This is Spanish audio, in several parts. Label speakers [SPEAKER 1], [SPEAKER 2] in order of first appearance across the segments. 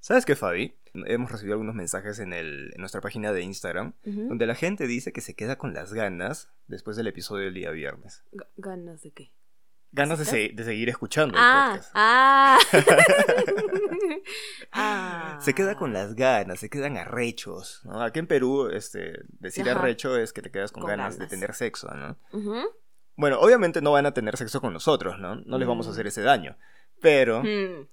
[SPEAKER 1] ¿Sabes qué, Fabi? Hemos recibido algunos mensajes en, el, en nuestra página de Instagram
[SPEAKER 2] Ujú.
[SPEAKER 1] donde la gente dice que se queda con las ganas después del episodio del día viernes.
[SPEAKER 2] Ga- ¿Ganas de qué?
[SPEAKER 1] Ganas de, se- de seguir escuchando el
[SPEAKER 2] Ah,
[SPEAKER 1] podcast.
[SPEAKER 2] ah. Ah.
[SPEAKER 1] Se queda con las ganas, se quedan arrechos. ¿no? Aquí en Perú, este, decir
[SPEAKER 2] Ajá.
[SPEAKER 1] arrecho es que te quedas con,
[SPEAKER 2] Con
[SPEAKER 1] ganas,
[SPEAKER 2] ganas.
[SPEAKER 1] de tener sexo, ¿no?
[SPEAKER 2] Ujú.
[SPEAKER 1] Bueno, obviamente no van a tener sexo con nosotros, ¿no? No les vamos a
[SPEAKER 2] Mm.
[SPEAKER 1] hacer ese daño. Pero.
[SPEAKER 2] Mm.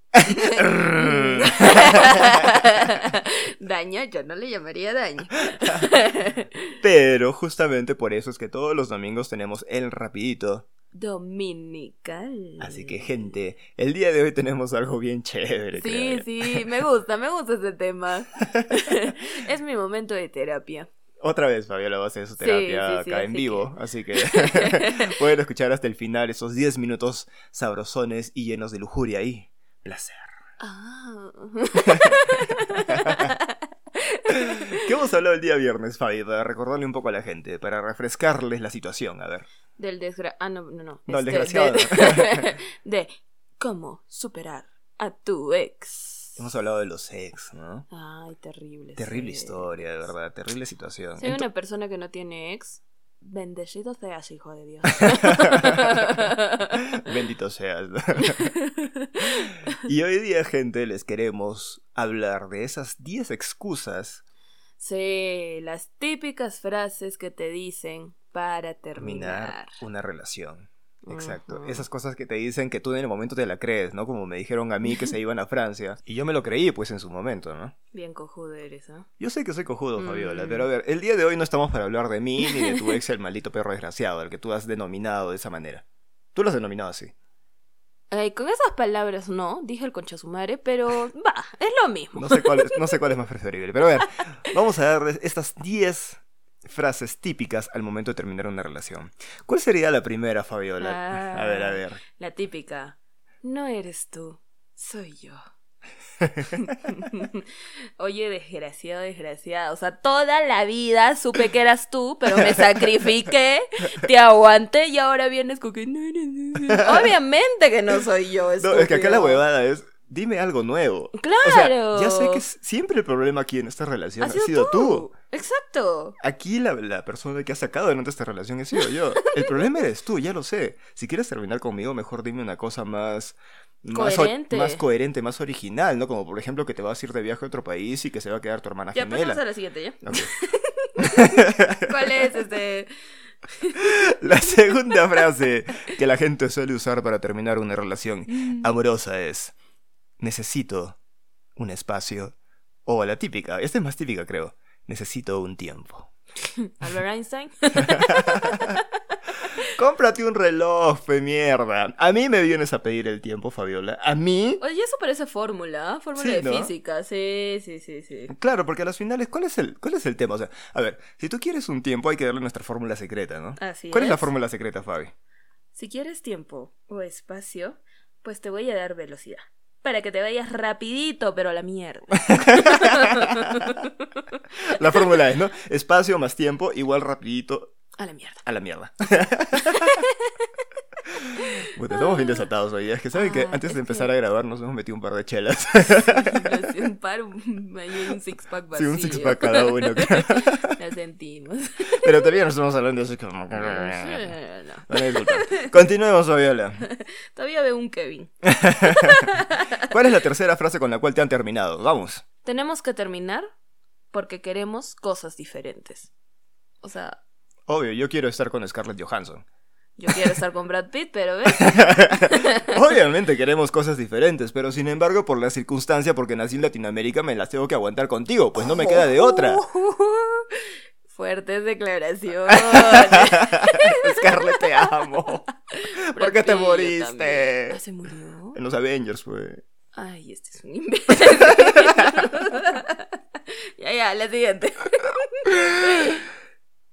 [SPEAKER 2] daño, yo no le llamaría daño.
[SPEAKER 1] pero justamente por eso es que todos los domingos tenemos el rapidito.
[SPEAKER 2] Dominical.
[SPEAKER 1] Así que, gente, el día de hoy tenemos algo bien chévere. creo
[SPEAKER 2] Sí,
[SPEAKER 1] yo.
[SPEAKER 2] sí, me gusta, me gusta ese tema. es mi momento de terapia.
[SPEAKER 1] Otra vez Fabiola va a hacer su
[SPEAKER 2] Sí,
[SPEAKER 1] terapia
[SPEAKER 2] sí, sí,
[SPEAKER 1] acá en
[SPEAKER 2] así
[SPEAKER 1] vivo, así que pueden escuchar hasta el final esos 10 minutos sabrosones y llenos de lujuria y placer.
[SPEAKER 2] Ah.
[SPEAKER 1] ¿Qué hemos hablado el día viernes, Fabi? Para recordarle un poco a la gente, para refrescarles la situación, a ver.
[SPEAKER 2] Del desgraciado. Ah, no, no, no.
[SPEAKER 1] No, el
[SPEAKER 2] Este,
[SPEAKER 1] desgraciado
[SPEAKER 2] De, de cómo superar a tu ex.
[SPEAKER 1] Hemos hablado de los ex, ¿no?
[SPEAKER 2] Ay, terrible.
[SPEAKER 1] Terrible
[SPEAKER 2] sí.
[SPEAKER 1] historia, de verdad, terrible situación.
[SPEAKER 2] Soy
[SPEAKER 1] Ento-
[SPEAKER 2] una persona que no tiene ex. Bendecido seas, hijo de Dios.
[SPEAKER 1] Bendito seas. y hoy día, gente, les queremos hablar de esas 10 excusas
[SPEAKER 2] sí, las típicas frases que te dicen para terminar.
[SPEAKER 1] terminar una relación. Exacto.
[SPEAKER 2] Ujú.
[SPEAKER 1] Esas cosas que te dicen que tú en el momento te la crees, ¿no? Como me dijeron a mí que se iban a Francia. Y yo me lo creí, pues, en su momento, ¿no?
[SPEAKER 2] Bien cojudo eres, ¿ah?
[SPEAKER 1] Yo sé que soy cojudo,
[SPEAKER 2] Mm.
[SPEAKER 1] Fabiola, pero a ver, el día de hoy no estamos para hablar de mí ni de tu ex, el maldito perro desgraciado, el que tú has denominado de esa manera. Tú lo has denominado así.
[SPEAKER 2] Ay, con esas palabras no, dije el concha su madre, pero va, es lo mismo.
[SPEAKER 1] No sé cuál es, no sé cuál es más preferible. Pero a ver, vamos a darles estas 10 frases típicas al momento de terminar una relación. ¿Cuál sería la primera, Fabiola?
[SPEAKER 2] Ah.
[SPEAKER 1] A ver, a ver.
[SPEAKER 2] La típica. No eres tú, soy yo. Oye, desgraciado, desgraciado. O sea, toda la vida supe que eras tú, pero me sacrifiqué, te aguanté y ahora vienes con que no eres tú". Obviamente que no soy yo.
[SPEAKER 1] No, es que acá
[SPEAKER 2] estúpido.
[SPEAKER 1] la huevada es, dime algo nuevo. O sea,
[SPEAKER 2] Claro.
[SPEAKER 1] ya sé que s- siempre el problema aquí en esta relación
[SPEAKER 2] has
[SPEAKER 1] ha sido, tú.
[SPEAKER 2] Exacto.
[SPEAKER 1] Aquí la, la persona que ha sacado durante esta relación he sido yo. El problema eres tú, ya lo sé. Si quieres terminar conmigo, mejor dime una cosa más... Más, o-
[SPEAKER 2] Coherente.
[SPEAKER 1] más coherente, más original, ¿no? Como por ejemplo que te vas a ir de viaje a otro país y que se va a quedar tu hermana
[SPEAKER 2] Ya pues, pasamos
[SPEAKER 1] gemela.
[SPEAKER 2] a la siguiente, ¿ya?
[SPEAKER 1] Ok.
[SPEAKER 2] ¿Cuál es este?
[SPEAKER 1] La segunda frase que la gente suele usar para terminar una relación amorosa es necesito un espacio o la típica, esta es más típica creo, necesito un tiempo.
[SPEAKER 2] Albert Einstein.
[SPEAKER 1] Cómprate un reloj, fe mierda. A mí me vienes a pedir el tiempo, Fabiola. A mí
[SPEAKER 2] Oye, eso parece fórmula, ¿ah? fórmula
[SPEAKER 1] Sí,
[SPEAKER 2] de
[SPEAKER 1] ¿no?
[SPEAKER 2] física, sí, sí, sí, sí.
[SPEAKER 1] Claro, porque a las finales, ¿cuál es, el, ¿cuál es el tema? O sea, a ver, si tú quieres un tiempo, hay que darle nuestra fórmula secreta, ¿no?
[SPEAKER 2] Así
[SPEAKER 1] ¿Cuál es la
[SPEAKER 2] es.
[SPEAKER 1] fórmula secreta, Fabi?
[SPEAKER 2] Si quieres tiempo o espacio, pues te voy a dar velocidad. Para que te vayas rapidito, pero a la mierda.
[SPEAKER 1] La fórmula es, ¿no? Espacio más tiempo, igual rapidito,
[SPEAKER 2] A la mierda.
[SPEAKER 1] a la mierda. Puta, estamos bien desatados hoy. ¿eh? Es que saben que
[SPEAKER 2] Ah,
[SPEAKER 1] antes
[SPEAKER 2] es
[SPEAKER 1] de empezar
[SPEAKER 2] que-
[SPEAKER 1] a grabar nos hemos metido un par de chelas.
[SPEAKER 2] Así un par, un, ahí un six pack
[SPEAKER 1] Sí,
[SPEAKER 2] vacío.
[SPEAKER 1] un six pack cada uno. creo.
[SPEAKER 2] La sentimos.
[SPEAKER 1] Pero todavía nos estamos hablando así como. Van
[SPEAKER 2] No,
[SPEAKER 1] a disculpar. Continuemos, Fabiola.
[SPEAKER 2] Todavía veo un Kevin.
[SPEAKER 1] ¿Cuál es la tercera frase con la cual te han terminado? Vamos.
[SPEAKER 2] Tenemos que terminar porque queremos cosas diferentes. O sea,
[SPEAKER 1] Obvio, yo quiero estar con Scarlett Johansson.
[SPEAKER 2] yo quiero estar con Brad Pitt, pero ves,
[SPEAKER 1] Obviamente queremos cosas diferentes, pero sin embargo, por la circunstancia, porque nací en Latinoamérica, me las tengo que aguantar contigo, pues no me queda de otra.
[SPEAKER 2] Oh. Fuertes declaraciones.
[SPEAKER 1] Scarlett, te amo. ¿Por qué te
[SPEAKER 2] Brad Pitt
[SPEAKER 1] moriste?
[SPEAKER 2] también. Ah, se murió.
[SPEAKER 1] En los Avengers, pues. fue.
[SPEAKER 2] Ay, este es un imbécil. ya, ya, la siguiente.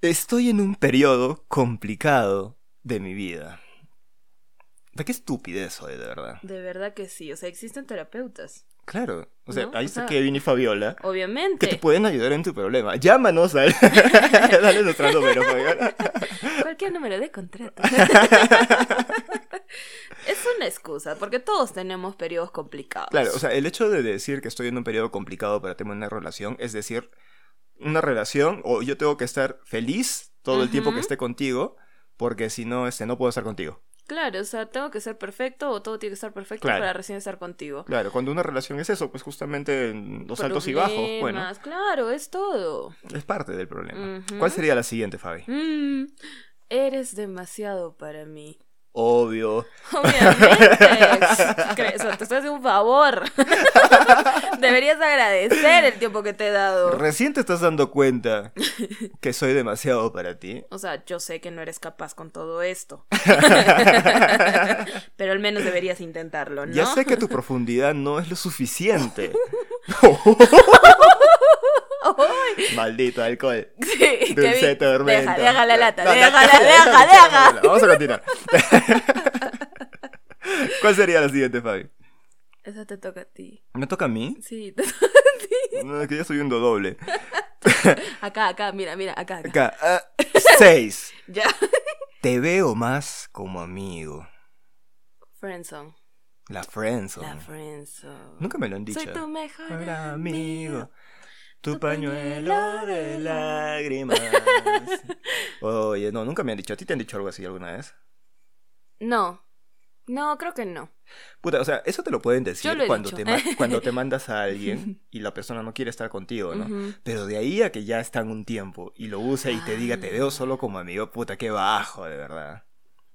[SPEAKER 1] Estoy en un periodo complicado de mi vida. ¿De qué estupidez soy, de verdad?
[SPEAKER 2] De verdad que sí. O sea, existen terapeutas.
[SPEAKER 1] Claro. O sea,
[SPEAKER 2] No,
[SPEAKER 1] ahí
[SPEAKER 2] o
[SPEAKER 1] está
[SPEAKER 2] sea-
[SPEAKER 1] Kevin y Fabiola. Que te
[SPEAKER 2] Obviamente.
[SPEAKER 1] pueden ayudar en tu problema. Llámanos al. Dale nuestro número, Fabiola.
[SPEAKER 2] Cualquier número de contrato. es una excusa, porque todos tenemos periodos complicados.
[SPEAKER 1] Claro, o sea, el hecho de decir que estoy en un periodo complicado para tener una relación, es decir, una relación, o yo tengo que estar feliz todo el tiempo que
[SPEAKER 2] Ujú.
[SPEAKER 1] esté contigo, porque si no, este, no puedo estar contigo.
[SPEAKER 2] Claro, o sea, tengo que ser perfecto o todo tiene que estar perfecto
[SPEAKER 1] Claro.
[SPEAKER 2] para recién estar contigo.
[SPEAKER 1] Claro, cuando una relación es eso, pues justamente en los altos y bajos, bueno,
[SPEAKER 2] Problemas, Claro, es todo.
[SPEAKER 1] es parte del problema.
[SPEAKER 2] Ujú.
[SPEAKER 1] ¿Cuál sería la siguiente, Fabi?
[SPEAKER 2] Mm, eres demasiado para mí.
[SPEAKER 1] Obvio.
[SPEAKER 2] Obviamente. Cre- o sea, te estoy haciendo un favor. Deberías agradecer el tiempo que te he dado.
[SPEAKER 1] Recién te estás dando cuenta que soy demasiado para ti.
[SPEAKER 2] O sea, yo sé que no eres capaz con todo esto. Pero al menos deberías intentarlo, ¿no?
[SPEAKER 1] Ya sé que tu profundidad no es lo suficiente. Maldito alcohol.
[SPEAKER 2] Sí,
[SPEAKER 1] Dulce
[SPEAKER 2] Kevin,
[SPEAKER 1] tormenta.
[SPEAKER 2] Deja, deja la lata,
[SPEAKER 1] No, no,
[SPEAKER 2] deja,
[SPEAKER 1] cállate,
[SPEAKER 2] deja,
[SPEAKER 1] no,
[SPEAKER 2] deja.
[SPEAKER 1] no, no, Vamos a continuar. ¿Cuál sería la siguiente, Fabi?
[SPEAKER 2] Esa te toca a ti.
[SPEAKER 1] ¿Me toca a mí?
[SPEAKER 2] Sí, te-
[SPEAKER 1] No, es que yo estoy un doble.
[SPEAKER 2] acá, acá, mira, mira, acá, acá.
[SPEAKER 1] Acá. ah, seis.
[SPEAKER 2] Ya.
[SPEAKER 1] Te veo más como amigo.
[SPEAKER 2] Friendzone.
[SPEAKER 1] La friendzone.
[SPEAKER 2] La friendzone.
[SPEAKER 1] Nunca me lo han dicho.
[SPEAKER 2] Soy tu mejor
[SPEAKER 1] Mejor
[SPEAKER 2] amigo.
[SPEAKER 1] amigo. Tu
[SPEAKER 2] tu
[SPEAKER 1] pañuelo
[SPEAKER 2] pañuelo
[SPEAKER 1] de
[SPEAKER 2] de
[SPEAKER 1] lágrimas. Oye, no, nunca me han dicho. ¿A ti te han dicho algo así alguna vez?
[SPEAKER 2] No. No, creo que no.
[SPEAKER 1] Puta, o sea, eso te lo pueden decir
[SPEAKER 2] Yo lo he
[SPEAKER 1] cuando,
[SPEAKER 2] dicho.
[SPEAKER 1] Te ma- cuando te mandas a alguien y la persona no quiere estar contigo, ¿no?
[SPEAKER 2] Ujú.
[SPEAKER 1] Pero de ahí a que ya están un tiempo y lo usa y te diga, te veo solo como amigo, puta, qué bajo, de verdad.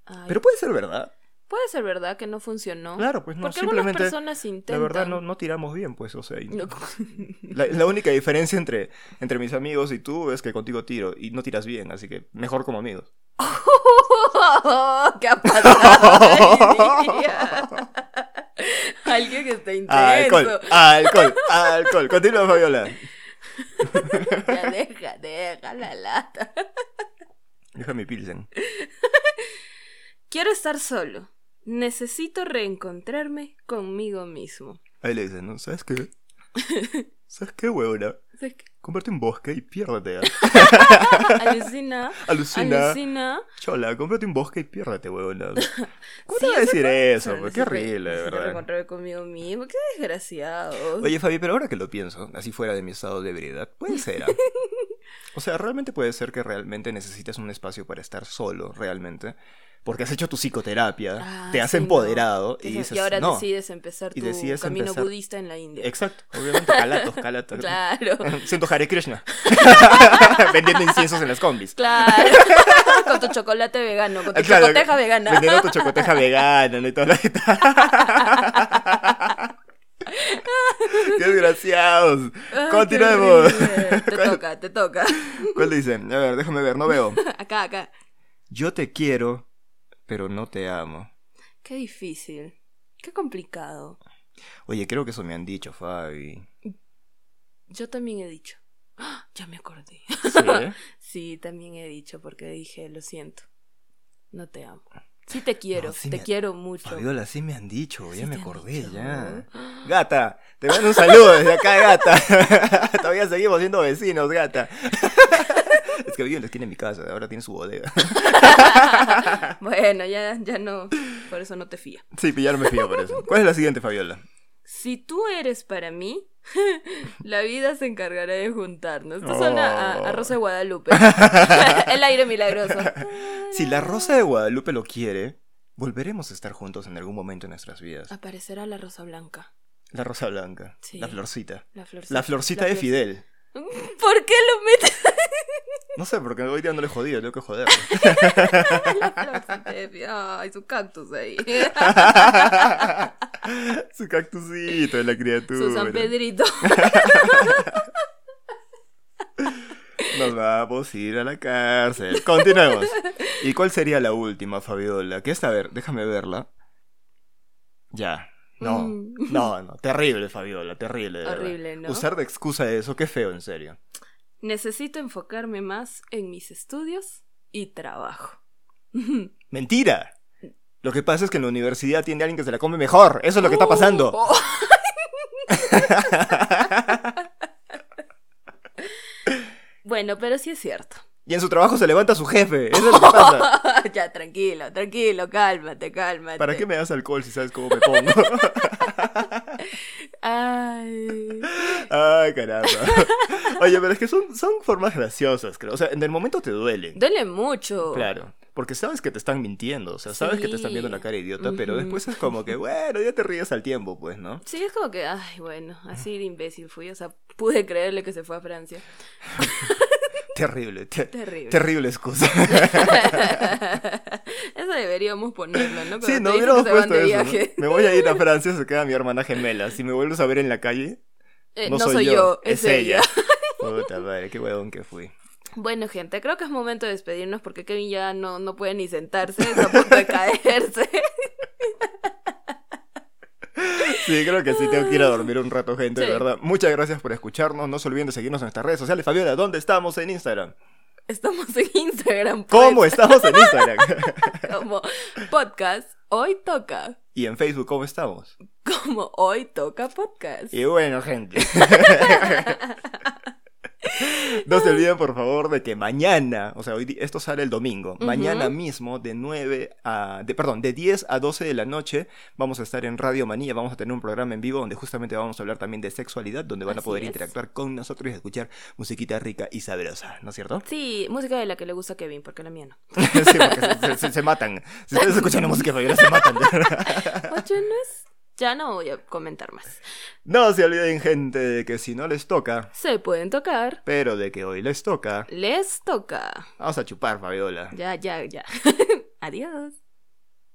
[SPEAKER 2] Ay,
[SPEAKER 1] Pero puede ser verdad.
[SPEAKER 2] puede ser verdad que no funcionó.
[SPEAKER 1] Claro, pues no,
[SPEAKER 2] Porque algunas
[SPEAKER 1] simplemente.
[SPEAKER 2] personas
[SPEAKER 1] La
[SPEAKER 2] intentan.
[SPEAKER 1] verdad, no, no tiramos bien, pues, o sea. y-
[SPEAKER 2] No.
[SPEAKER 1] La, la única diferencia entre, entre mis amigos y tú es que contigo tiro y no tiras bien, así que mejor como amigos.
[SPEAKER 2] ¿Qué ha pasado? hoy día? Alguien que está
[SPEAKER 1] Alcohol,
[SPEAKER 2] intenso.
[SPEAKER 1] alcohol, alcohol. Continúa, Fabiola.
[SPEAKER 2] Ya deja, deja la lata.
[SPEAKER 1] Deja mi pilsen.
[SPEAKER 2] Quiero estar solo. Necesito reencontrarme conmigo mismo.
[SPEAKER 1] Ahí le dicen, ¿no? ¿Sabes qué? ¿Sabes qué, huevona?
[SPEAKER 2] ¿Sabes qué?
[SPEAKER 1] Comparte un bosque y piérdate. ¿ah?
[SPEAKER 2] Alucina.
[SPEAKER 1] Alucina.
[SPEAKER 2] Alucina.
[SPEAKER 1] Chola, cómprate un bosque y piérdate, huevona. ¿Cómo
[SPEAKER 2] Sí,
[SPEAKER 1] te va a decir eso?
[SPEAKER 2] Necesito-
[SPEAKER 1] pues? Qué horrible, de
[SPEAKER 2] necesito
[SPEAKER 1] verdad.
[SPEAKER 2] reencontrarme conmigo mismo. Qué desgraciado.
[SPEAKER 1] Oye, Fabi, pero ahora que lo pienso, así fuera de mi estado de ebriedad, puede ser. ¿ah? O sea, realmente puede ser que realmente necesitas un espacio para estar solo, realmente. Porque has hecho tu psicoterapia,
[SPEAKER 2] Ah,
[SPEAKER 1] te has
[SPEAKER 2] sí, no.
[SPEAKER 1] empoderado
[SPEAKER 2] Entonces,
[SPEAKER 1] y dices,
[SPEAKER 2] ahora
[SPEAKER 1] no.
[SPEAKER 2] decides empezar
[SPEAKER 1] Y
[SPEAKER 2] tu
[SPEAKER 1] decides
[SPEAKER 2] camino
[SPEAKER 1] empezar-
[SPEAKER 2] budista en la India.
[SPEAKER 1] Exacto, obviamente, calatos, calatos.
[SPEAKER 2] Claro,
[SPEAKER 1] Siento Hare Krishna. Vendiendo inciensos en las combis.
[SPEAKER 2] claro. con tu chocolate vegano, con tu
[SPEAKER 1] Claro,
[SPEAKER 2] chocoteja vegana.
[SPEAKER 1] Vendiendo tu chocoteja vegana ¿no? y todo lo que ¡Qué desgraciados!
[SPEAKER 2] Ay,
[SPEAKER 1] Continuemos.
[SPEAKER 2] qué horrible. Te toca, te toca.
[SPEAKER 1] ¿Cuál dice? A ver, déjame ver, no veo.
[SPEAKER 2] Acá, acá.
[SPEAKER 1] Yo te quiero, pero no te amo.
[SPEAKER 2] Qué difícil. Qué complicado.
[SPEAKER 1] Oye, creo que eso me han dicho, Fabi.
[SPEAKER 2] Yo también he dicho. ¡Ah! Ya me acordé.
[SPEAKER 1] ¿Sí?
[SPEAKER 2] Sí, también he dicho porque dije, lo siento. No te amo. Sí te quiero,
[SPEAKER 1] No, sí
[SPEAKER 2] te
[SPEAKER 1] me-
[SPEAKER 2] quiero mucho.
[SPEAKER 1] Fabiola, sí me han dicho, ya
[SPEAKER 2] Sí
[SPEAKER 1] me
[SPEAKER 2] te han
[SPEAKER 1] acordé,
[SPEAKER 2] dicho.
[SPEAKER 1] ya. Gata, te mando un saludo desde acá, gata. Todavía seguimos siendo vecinos, gata. es que vivo en la esquina de mi casa, ahora tiene su bodega.
[SPEAKER 2] Bueno, ya, ya no. Por eso no te fía.
[SPEAKER 1] Sí, pillarme fío por eso. ¿Cuál es la siguiente, Fabiola?
[SPEAKER 2] Si tú eres para mí, la vida se encargará de juntarnos. Esto
[SPEAKER 1] Oh.
[SPEAKER 2] suena a, a Rosa de Guadalupe. El aire milagroso.
[SPEAKER 1] Si la Rosa de Guadalupe lo quiere, volveremos a estar juntos en algún momento de nuestras vidas.
[SPEAKER 2] Aparecerá la rosa blanca.
[SPEAKER 1] La Rosa Blanca,
[SPEAKER 2] Sí.
[SPEAKER 1] la Florcita.
[SPEAKER 2] La florcita.
[SPEAKER 1] La Florcita de
[SPEAKER 2] flor-
[SPEAKER 1] Fidel.
[SPEAKER 2] ¿Por qué lo metes
[SPEAKER 1] No sé, porque hoy día no le he jodido, tengo que joderlo.
[SPEAKER 2] en la florcita de Fidel? Ay, su cactus ahí.
[SPEAKER 1] Su cactusito de la criatura.
[SPEAKER 2] Su San Pedrito.
[SPEAKER 1] Nos vamos a ir a la cárcel. Continuemos. ¿Y cuál sería la última, Fabiola? Que esta, a ver, déjame verla. Ya. No,
[SPEAKER 2] Mm.
[SPEAKER 1] no, no. Terrible, Fabiola, terrible. de verdad.
[SPEAKER 2] Horrible, ¿no?
[SPEAKER 1] Usar de excusa eso, qué feo, en serio.
[SPEAKER 2] Necesito enfocarme más en mis estudios y trabajo.
[SPEAKER 1] ¡Mentira! Lo que pasa es que en la universidad tiene alguien que se la come mejor. Eso es lo que está pasando.
[SPEAKER 2] Oh, Bueno, pero sí es cierto.
[SPEAKER 1] Y en su trabajo se levanta su jefe. Eso es lo que pasa.
[SPEAKER 2] amor, ya, tranquilo, tranquilo, cálmate, cálmate.
[SPEAKER 1] ¿Para qué me das alcohol si sabes cómo me pongo?
[SPEAKER 2] Ay.
[SPEAKER 1] Ay, caramba. Oye, pero es que son, son formas graciosas, creo. O sea, en el momento te duelen.
[SPEAKER 2] Duele mucho.
[SPEAKER 1] Claro. Porque sabes que te están mintiendo, o sea, sabes que te están viendo la cara de idiota, pero
[SPEAKER 2] Ujú.
[SPEAKER 1] después es como que, bueno, ya te ríes al tiempo, pues, ¿no?
[SPEAKER 2] Sí, es como que, ay, bueno, así de imbécil fui, o sea, pude creerle que se fue a Francia.
[SPEAKER 1] Terrible, te-
[SPEAKER 2] Terrible.
[SPEAKER 1] terrible excusa.
[SPEAKER 2] eso deberíamos ponerlo, ¿no? Cuando
[SPEAKER 1] sí,
[SPEAKER 2] te
[SPEAKER 1] no
[SPEAKER 2] dicen
[SPEAKER 1] hubiéramos
[SPEAKER 2] que se van
[SPEAKER 1] puesto
[SPEAKER 2] de
[SPEAKER 1] eso. ¿no?
[SPEAKER 2] viaje.
[SPEAKER 1] Me voy a ir a Francia, se queda mi hermana gemela. Si me vuelves a ver en la calle,
[SPEAKER 2] Eh,
[SPEAKER 1] no, soy, yo, es ella. Puta madre, qué huevón que fui.
[SPEAKER 2] Bueno, gente, creo que es momento de despedirnos porque Kevin ya no, no puede ni sentarse, está a punto de caerse.
[SPEAKER 1] Sí, creo que sí, tengo que ir a dormir un rato, gente, de
[SPEAKER 2] Sí.
[SPEAKER 1] verdad. Muchas gracias por escucharnos. No se olviden de seguirnos en nuestras redes sociales. Fabiola, ¿dónde estamos en Instagram?
[SPEAKER 2] Pues. Estamos en Instagram. pues,
[SPEAKER 1] ¿Cómo estamos en Instagram?
[SPEAKER 2] Como podcast, hoy toca.
[SPEAKER 1] y en Facebook, ¿cómo estamos?
[SPEAKER 2] Como hoy toca podcast.
[SPEAKER 1] Y bueno, gente. No se olviden, por favor, de que mañana, o sea, hoy di- esto sale el domingo, mañana mismo de 9 a, de, perdón, de 10 a 12 de la noche vamos a estar en Radio Manía, vamos a tener un programa en vivo donde justamente vamos a hablar también de sexualidad, donde van a
[SPEAKER 2] Así
[SPEAKER 1] poder
[SPEAKER 2] es.
[SPEAKER 1] interactuar con nosotros y escuchar musiquita rica y sabrosa, ¿no es cierto?
[SPEAKER 2] Sí, música de la que le gusta a Kevin, porque la mía no.
[SPEAKER 1] sí, porque se, se- se matan. Si ustedes escuchan música de Fabiola, se matan.
[SPEAKER 2] Oye, no es- Ya no voy a comentar más.
[SPEAKER 1] no se olviden, gente, de que si no les toca,
[SPEAKER 2] Se pueden tocar.
[SPEAKER 1] pero de que hoy les toca,
[SPEAKER 2] Les toca.
[SPEAKER 1] vamos a chupar, Fabiola.
[SPEAKER 2] Ya, ya, ya. Adiós.